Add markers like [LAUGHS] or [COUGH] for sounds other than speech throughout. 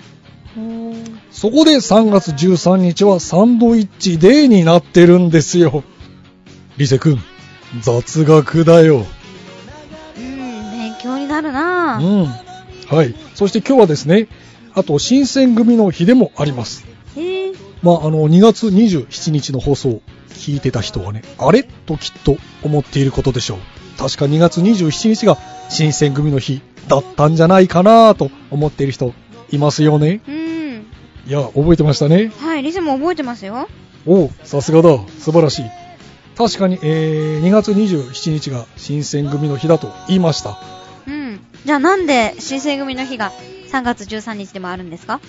そこで3月13日はサンドイッチデーになってるんですよ。リセ君、雑学だよ。うん、勉強になるなぁ。うん。はい。そして今日はですね、あと新選組の日でもあります。えー、まあ、あの、2月27日の放送、聞いてた人はね、あれときっと思っていることでしょう。確か2月27日が新選組の日だったんじゃないかなと思っている人、いますよね。うん、いや、覚えてましたね。はい、リスも覚えてますよ。おお、さすがだ。素晴らしい。確かに、えー、2月27日が新選組の日だと言いました。うん、じゃあなんで新選組の日が3月13日でもあるんですか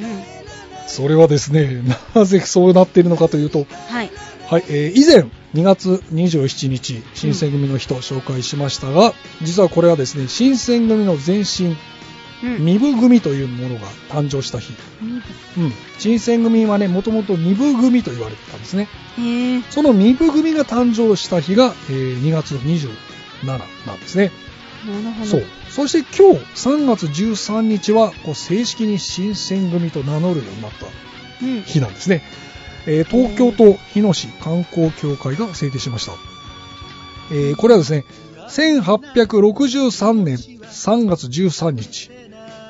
うん、それはですね、 [LAUGHS] なぜそうなっているのかというと、はい、はい、えー以前2月27日新選組の日と紹介しましたが、実はこれはですね新選組の前身うん、二部組というものが誕生した日、うん、新選組はねもともと二部組と言われてたんですねえー、その二部組が誕生した日が、えー2月27なんですね、なるほど。そうそして今日3月13日はこう正式に新選組と名乗るようになったうん、日なんですね、えー東京都日野市観光協会が制定しました、えーこれはですね1863年3月13日、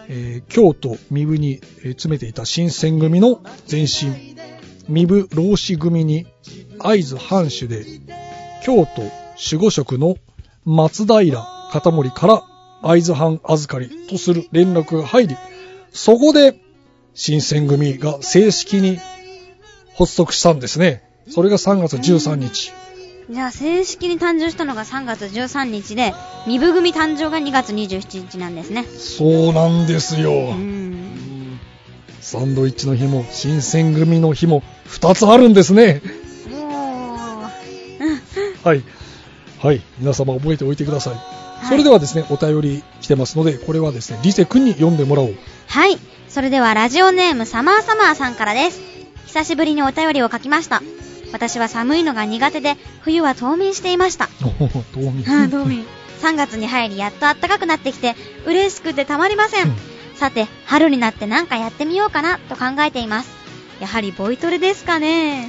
えー京都身部にえー詰めていた新選組の前身身部老子組に会津藩主で京都守護職の松平片森から会津藩預かりとする連絡が入りそこで新選組が正式に発足したんですね。それが3月13日。じゃあ正式に誕生したのが3月13日で二部組誕生が2月27日なんですねそうなんですうよ。んサンドイッチの日も新選組の日も2つあるんですね。おーはい。はい。皆様覚えておいてください。いそれではですね、お便り来てますので、これはですね、リセ君に読んでもらおう。 [LAUGHS] はいそれではラジオネームサマーサマーさんからです久しぶりにお便りを書きました私は寒いのが苦手で冬は冬眠していましたおお冬眠ああ冬眠3月に入りやっと暖かくなってきて嬉しくてたまりません、うんさて春になって何かやってみようかなと考えていますやはりボイトレですかね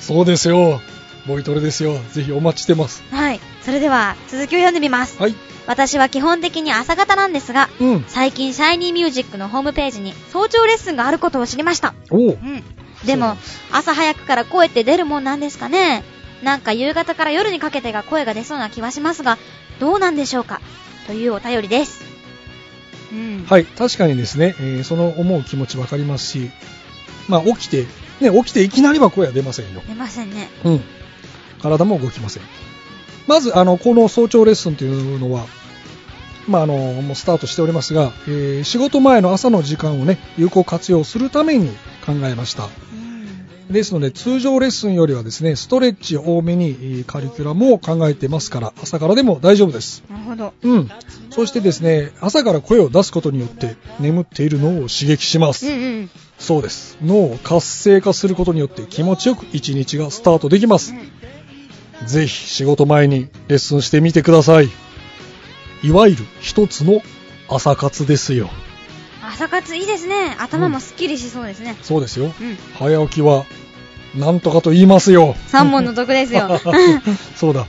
そうですよボイトレですよぜひお待ちしてますはいそれでは続きを読んでみますはい私は基本的に朝方なんですがうん最近シャイニーミュージックのホームページに早朝レッスンがあることを知りましたおおうんでそうなもんで朝早くから声って出るもんなんですかねなんか夕方から夜にかけてが声が出そうな気はしますがどうなんでしょうかというお便りですうんはい確かにですね、えーその思う気持ちわかりますしまあ起きてね起きていきなりは声は出ませんよ出ませんねうん体も動きませんまずあのこの早朝レッスンというのはまああのもうスタートしておりますが、えー仕事前の朝の時間をね有効活用するために考えましたうんですので通常レッスンよりはですねストレッチ多めにえーカリキュラムを考えてますから朝からでも大丈夫ですなるほどうんそしてですね朝から声を出すことによって眠っている脳を刺激しまうす、んうんそうです脳を活性化することによって気持ちよく一日がスタートできます、ぜひ仕事前にレッスンしてみてくださいいわゆる一つの朝活ですよ朝活いいですね頭もすっきりしそうですねそうですようん早起きはなんとかと言いますよ3問の得ですよ [LAUGHS] そうだ。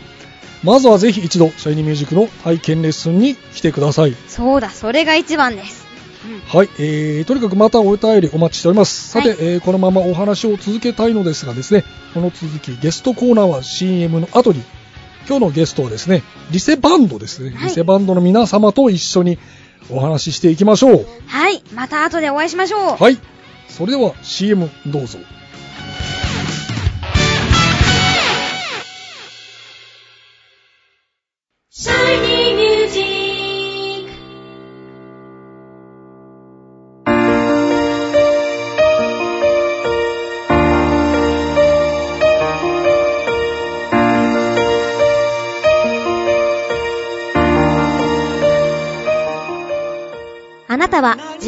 まずはぜひ一度、シャイニーミュージックの体験レッスンに来てください。そうだそれが一番ですはい、えー、とにかくまたお便りお待ちしております。さて、はいえーこのままお話を続けたいのですがですね、この続き、ゲストコーナーは CM の後に、今日のゲストはですね、リセバンドですね。はいリセバンドの皆様と一緒にお話ししていきましょう。はいまた後でお会いしましょうはい、それでは CM どうぞ。ああななたたはは自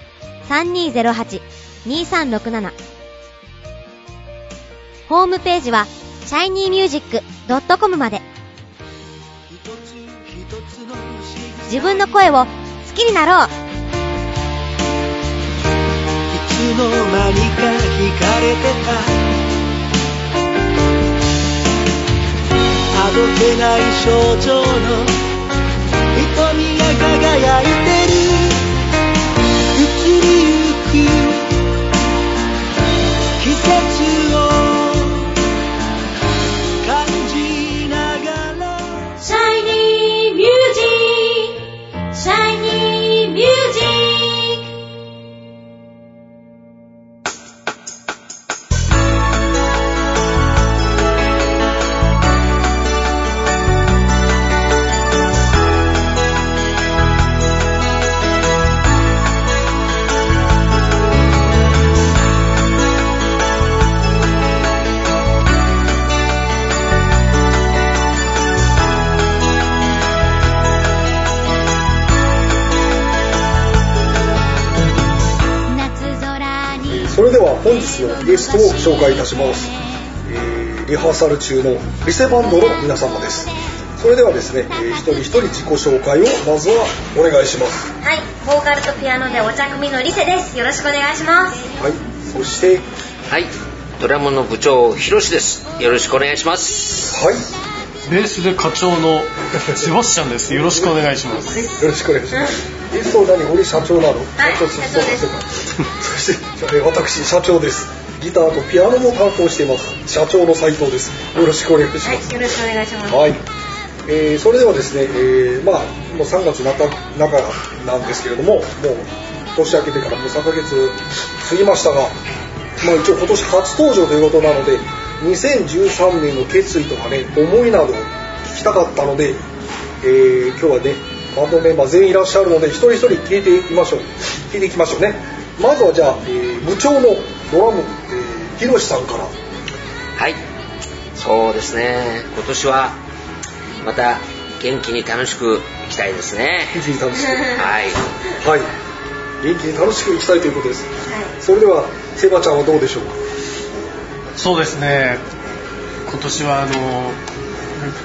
03-3208-2367ホームページは shinymusic.com まで自分の声を好きになろういつの間にか惹かれてたあどけない症状の瞳が輝いてる移りゆく季節を感じながら Shiny Music! Shiny Music! 夏空にそれでは本日のゲストを紹介いたします、えーリハーサル中のリセバンドの皆様ですそれではですね、えー一人一人自己紹介をまずはお願いしますはい、ボーカルとピアノでお茶組のリセです。よろしくお願いします。はいそしてはいはい、ドラムの部長ひろしです。よろしくお願いします。ベースで課長のセバスチャンです。よろしくお願いします。よろしくお願いしますゲスト何俺社長なの、はいちょっと社長ですそうかそしてえー私社長 [LAUGHS] ですギターとピアノも担当しています社長の斉藤ですよろしくお願いします、はい、よろしくお願いします。はい、えーそれではですね、えーまあ、もう3月中中なんですけれども、もう年明けてからもう3ヶ月過ぎましたが、まあ、一応今年初登場ということなので、 2013年の決意とかね思いなど聞きたかったので、えー今日はねバンドメンバー全員いらっしゃるので一人一人聞いていきましょう聞いていきましょうねまずはじゃあ、えー部長のドラム、えー、ひろしさんからはいそうですね今年はまた元気に楽しくいきたいですね元気に楽しくはいはい元気に楽しくいきたいということです、それではセバちゃんはどうでしょうかそうですね今年はあの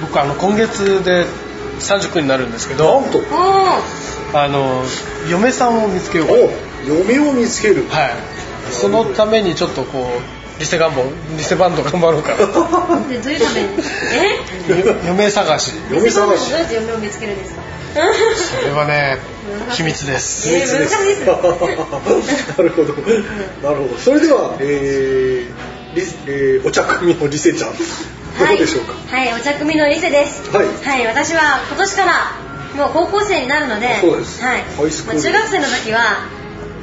僕あの今月で39になるんですけどなんとあの嫁さんを見つけようかなお嫁を見つけるはいそのためにちょっとこうリセ願望リセバンド頑張ろうかなとでどういうためにえ嫁探し嫁どう探しやって嫁を見つけるんですかそれはね秘密ですえー難しいですねなるほど、なるほど。それでは、えーリえーお茶組のリセちゃん、どうでしょうか。はい、はい、お茶組のリセですはい私は今年からもう高校生になるのでそうですはいハイスクールまあ中学生の時は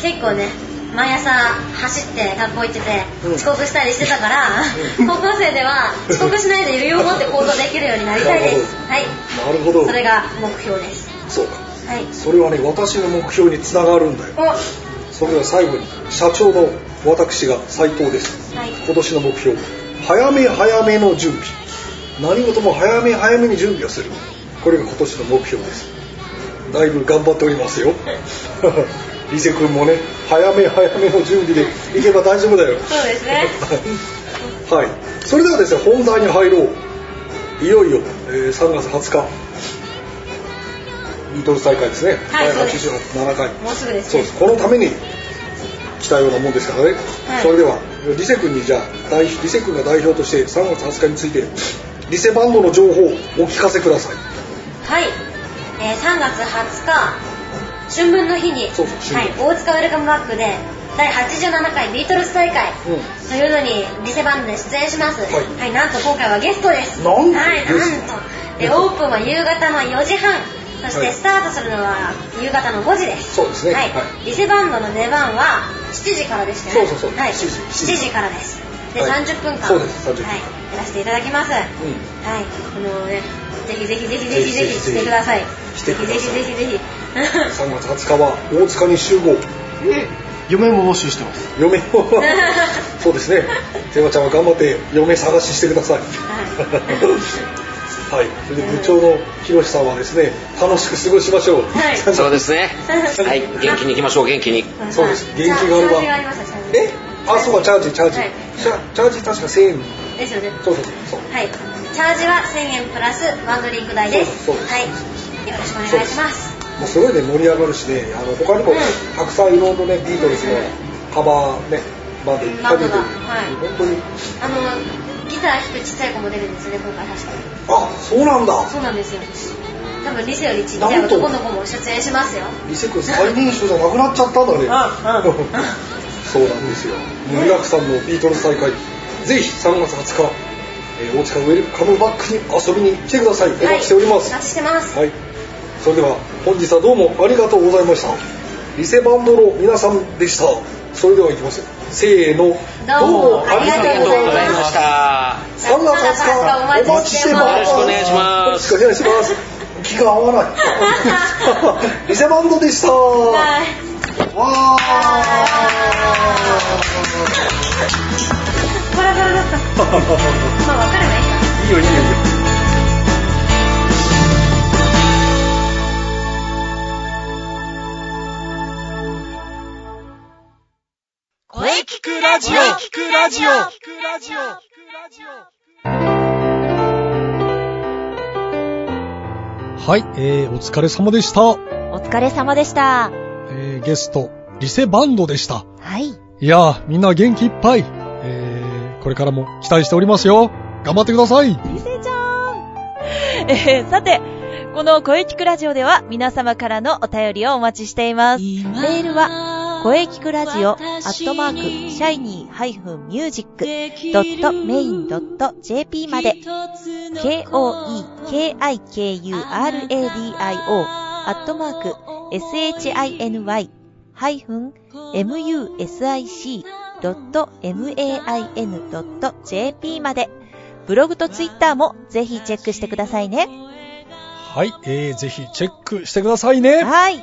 結構ね毎朝走って学校行っててうん遅刻したりしてたから、高校生では遅刻しないで余裕を持って行動できるようになりたいですはいなるほどそ。れが目標ですそうか。はいそれはね、私の目標につながるんだよ。おそれでは最後に、社長の私が斉藤です。はい今年の目標、早め早めの準備。何事も早め早めに準備をする。これが今年の目標です。だいぶ頑張っておりますよ。 [LAUGHS] リセ君もね、早め早めの準備でいけば大丈夫だよ。そうですね [LAUGHS] はい、それではですね本題に入ろういよいよ、えー3月20日ビートルズ大会ですね、はい第87回もうすぐですそうねですこのために来たようなもんですからね、はいそれではリセ君にじゃあ代表リセ君が代表として3月20日についてリセバンドの情報をお聞かせくださいはい、えー3月20日春分の日にそうそうはい春、大塚ウェルカムバックで第87回ビートルズ大会うというのにリセバンドで出演します、ははいいなんと今回はゲストですなんとはい、ゲなスんとでオープンは夕方の4時半そしはいてスタートするのは夕方の5時ですそうですねはいはいリセバンドの出番は7時からでしたよねそうそうそうはい、 7時7時からですで、はい30分間そうです30分はい、やらせていただきます、うはい、あのね、ぜひぜひぜひぜぜひひぜぜひひしてください。してぜひくだぜさいひぜひぜ [LAUGHS] ひ。 3月20日は大塚に集合嫁も募集してます嫁をそうですねセバちゃんは頑張って嫁探ししてくださいはい、それで部長の広志さんはですね、楽しく過ごしましょう。 [LAUGHS] はいそうですね [LAUGHS] [LAUGHS] はい元気にいきましょう元気にそうです元気があれチャーばジがありましたチャージえ、あ、そうか、チャージ、チャージ、はいチャ、チャージ確か千円。ですよね。そうそうそう。はい。チャージは1000円プラスワンドリンク代です。そうですはい。よろしくお願いします。もうすごいね、盛り上がるしね、あの、他にもうんたくさんいろいろね、ビートルズのカバーね、バンドいっぱい出てる。バンドがはい本当に。あの、ギター弾く小さい子も出るんですよね、今回確かに。あ、そうなんだ。そうなんですよ。多分リセよりちっちゃい男の子も出演しますよ。リセ君最年少じゃなくなっちゃったんだね。 [LAUGHS] そうなんですよ。盛りだくさんのビートルズ大会、ぜひ3月20日、えー大塚ウェルカムバックに遊びに来てください。お待ちしております。お待ちしてます。はい。それでは本日はどうもありがとうございました。リセバンドの皆さんでした。それではいきますよ。せーの。どうもありがとうございましたありがとうございました3月20日お待ちしてます。よろしくお願いしますよろしくお願いします。気が合わない。リセバンドでした。バイ。わバラバラだった。まー。あ分かればいいか。いいよいいよ。声聞くラジオ聞くラジオ聞くラジオはい、えー、お疲れ様でした。お疲れ様でした。えー、ゲスト、リセバンドでした。はい。いやー、みんな元気いっぱい。えー、これからも期待しておりますよ。頑張ってください。リセちゃん。えーさて、この声聞くラジオでは皆様からのお便りをお待ちしています。メールは、声聞くラジオ、アットマーク、シャイニー -music.main.jp まで、k-o-e-k-i-k-u-r-a-d-i-o、アットマーク、shiny-music.main.jp main.jp まで、ブログとツイッターもぜひチェックしてくださいね。はい、えー、ぜひチェックしてくださいね。はい。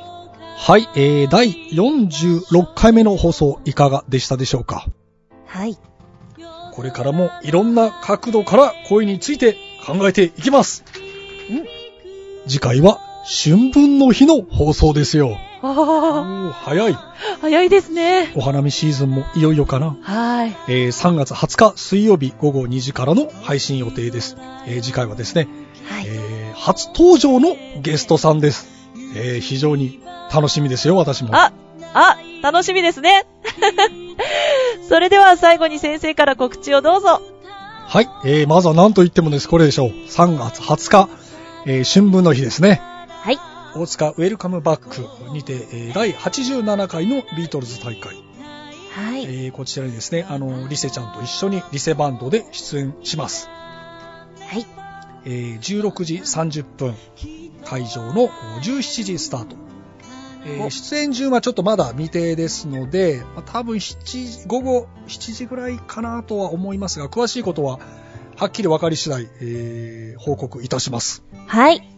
はい、えー、第46回目の放送いかがでしたでしょうかはい。これからもいろんな角度から恋について考えていきます。次回は春分の日の放送ですよ。おー、お早い。早いですね。お花見シーズンもいよいよかな。はい。えー3月20日水曜日午後2時からの配信予定です。えー次回はですね、はいえー初登場のゲストさんです。えー非常に楽しみですよ、私も。あ、あ、楽しみですね。 [LAUGHS] それでは最後に先生から告知をどうぞ。はい、えーまずは何と言ってもです、これでしょう。3月20日、えー春分の日ですね。はい。大塚ウェルカムバックにて、えー第87回のビートルズ大会、はい。えーこちらにですね、あの、リセちゃんと一緒にリセバンドで出演します。はい。えー16時30分、会場の17時スタート。えーお出演順はちょっとまだ未定ですので、まあ多分7時、午後7時ぐらいかなとは思いますが、詳しいことは、はっきり分かり次第、えー報告いたします。はい。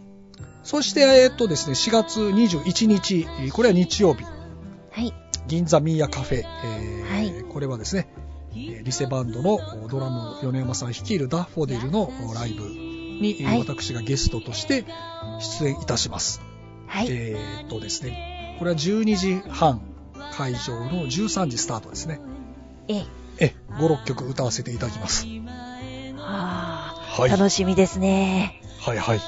そして、えーっとですね、4月21日、えーこれは日曜日、はい。銀座ミーヤカフェ、えーはこれはですね、えーリセバンドのおドラムを米山さん率いるダッフォデルのおライブに、えーはい私がゲストとして出演いたします。はい。えーっとですね、これは12時半、会場の13時スタートですね。ええ。え、5、6曲歌わせていただきます。ははあい。楽しみですね。はいはい。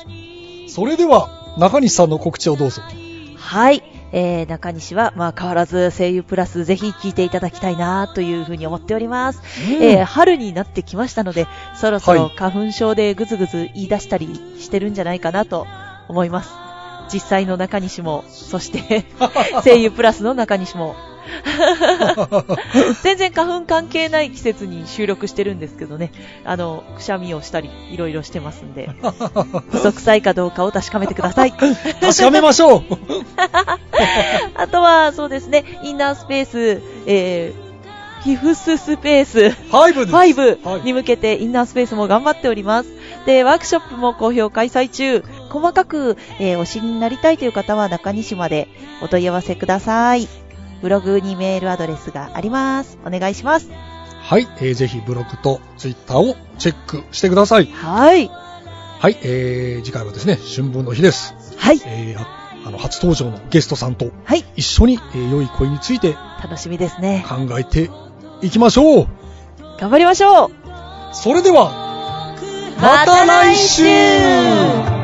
それでは、中西さんの告知を [LAUGHS] どうぞ。はい。えー、中西は、まあ、変わらず声優プラスぜひ聞いていただきたいなというふうに思っております。えー、春になってきましたので、そろそろは花粉症でぐずぐず言い出したりしてるんじゃないかなと思います。実際の中西も、そして声優プラスの中西も、全然花粉関係ない季節に収録してるんですけどね、あの、くしゃみをしたり、いろいろしてますんで、不足臭いかどうかを確かめてください。確かめまし [LAUGHS] ょうあとは、そうですね、インナースペース、えー、フィフススペースファイブですは5にい、向けてインナースペースも頑張っております。で、ワークショップも好評開催中。細かく、えー、お知りになりたいという方は中西までお問い合わせください。ブログにメールアドレスがあります。お願いします。はいえーぜひブログとツイッターをチェックしてください。はい。はい、えー、次回はですね、春分の日です。はい。えー、ああの、初登場のゲストさんとはい。一緒に、えー良い恋について楽しみですね。考えていきましょう頑張りましょうそれでは、また来週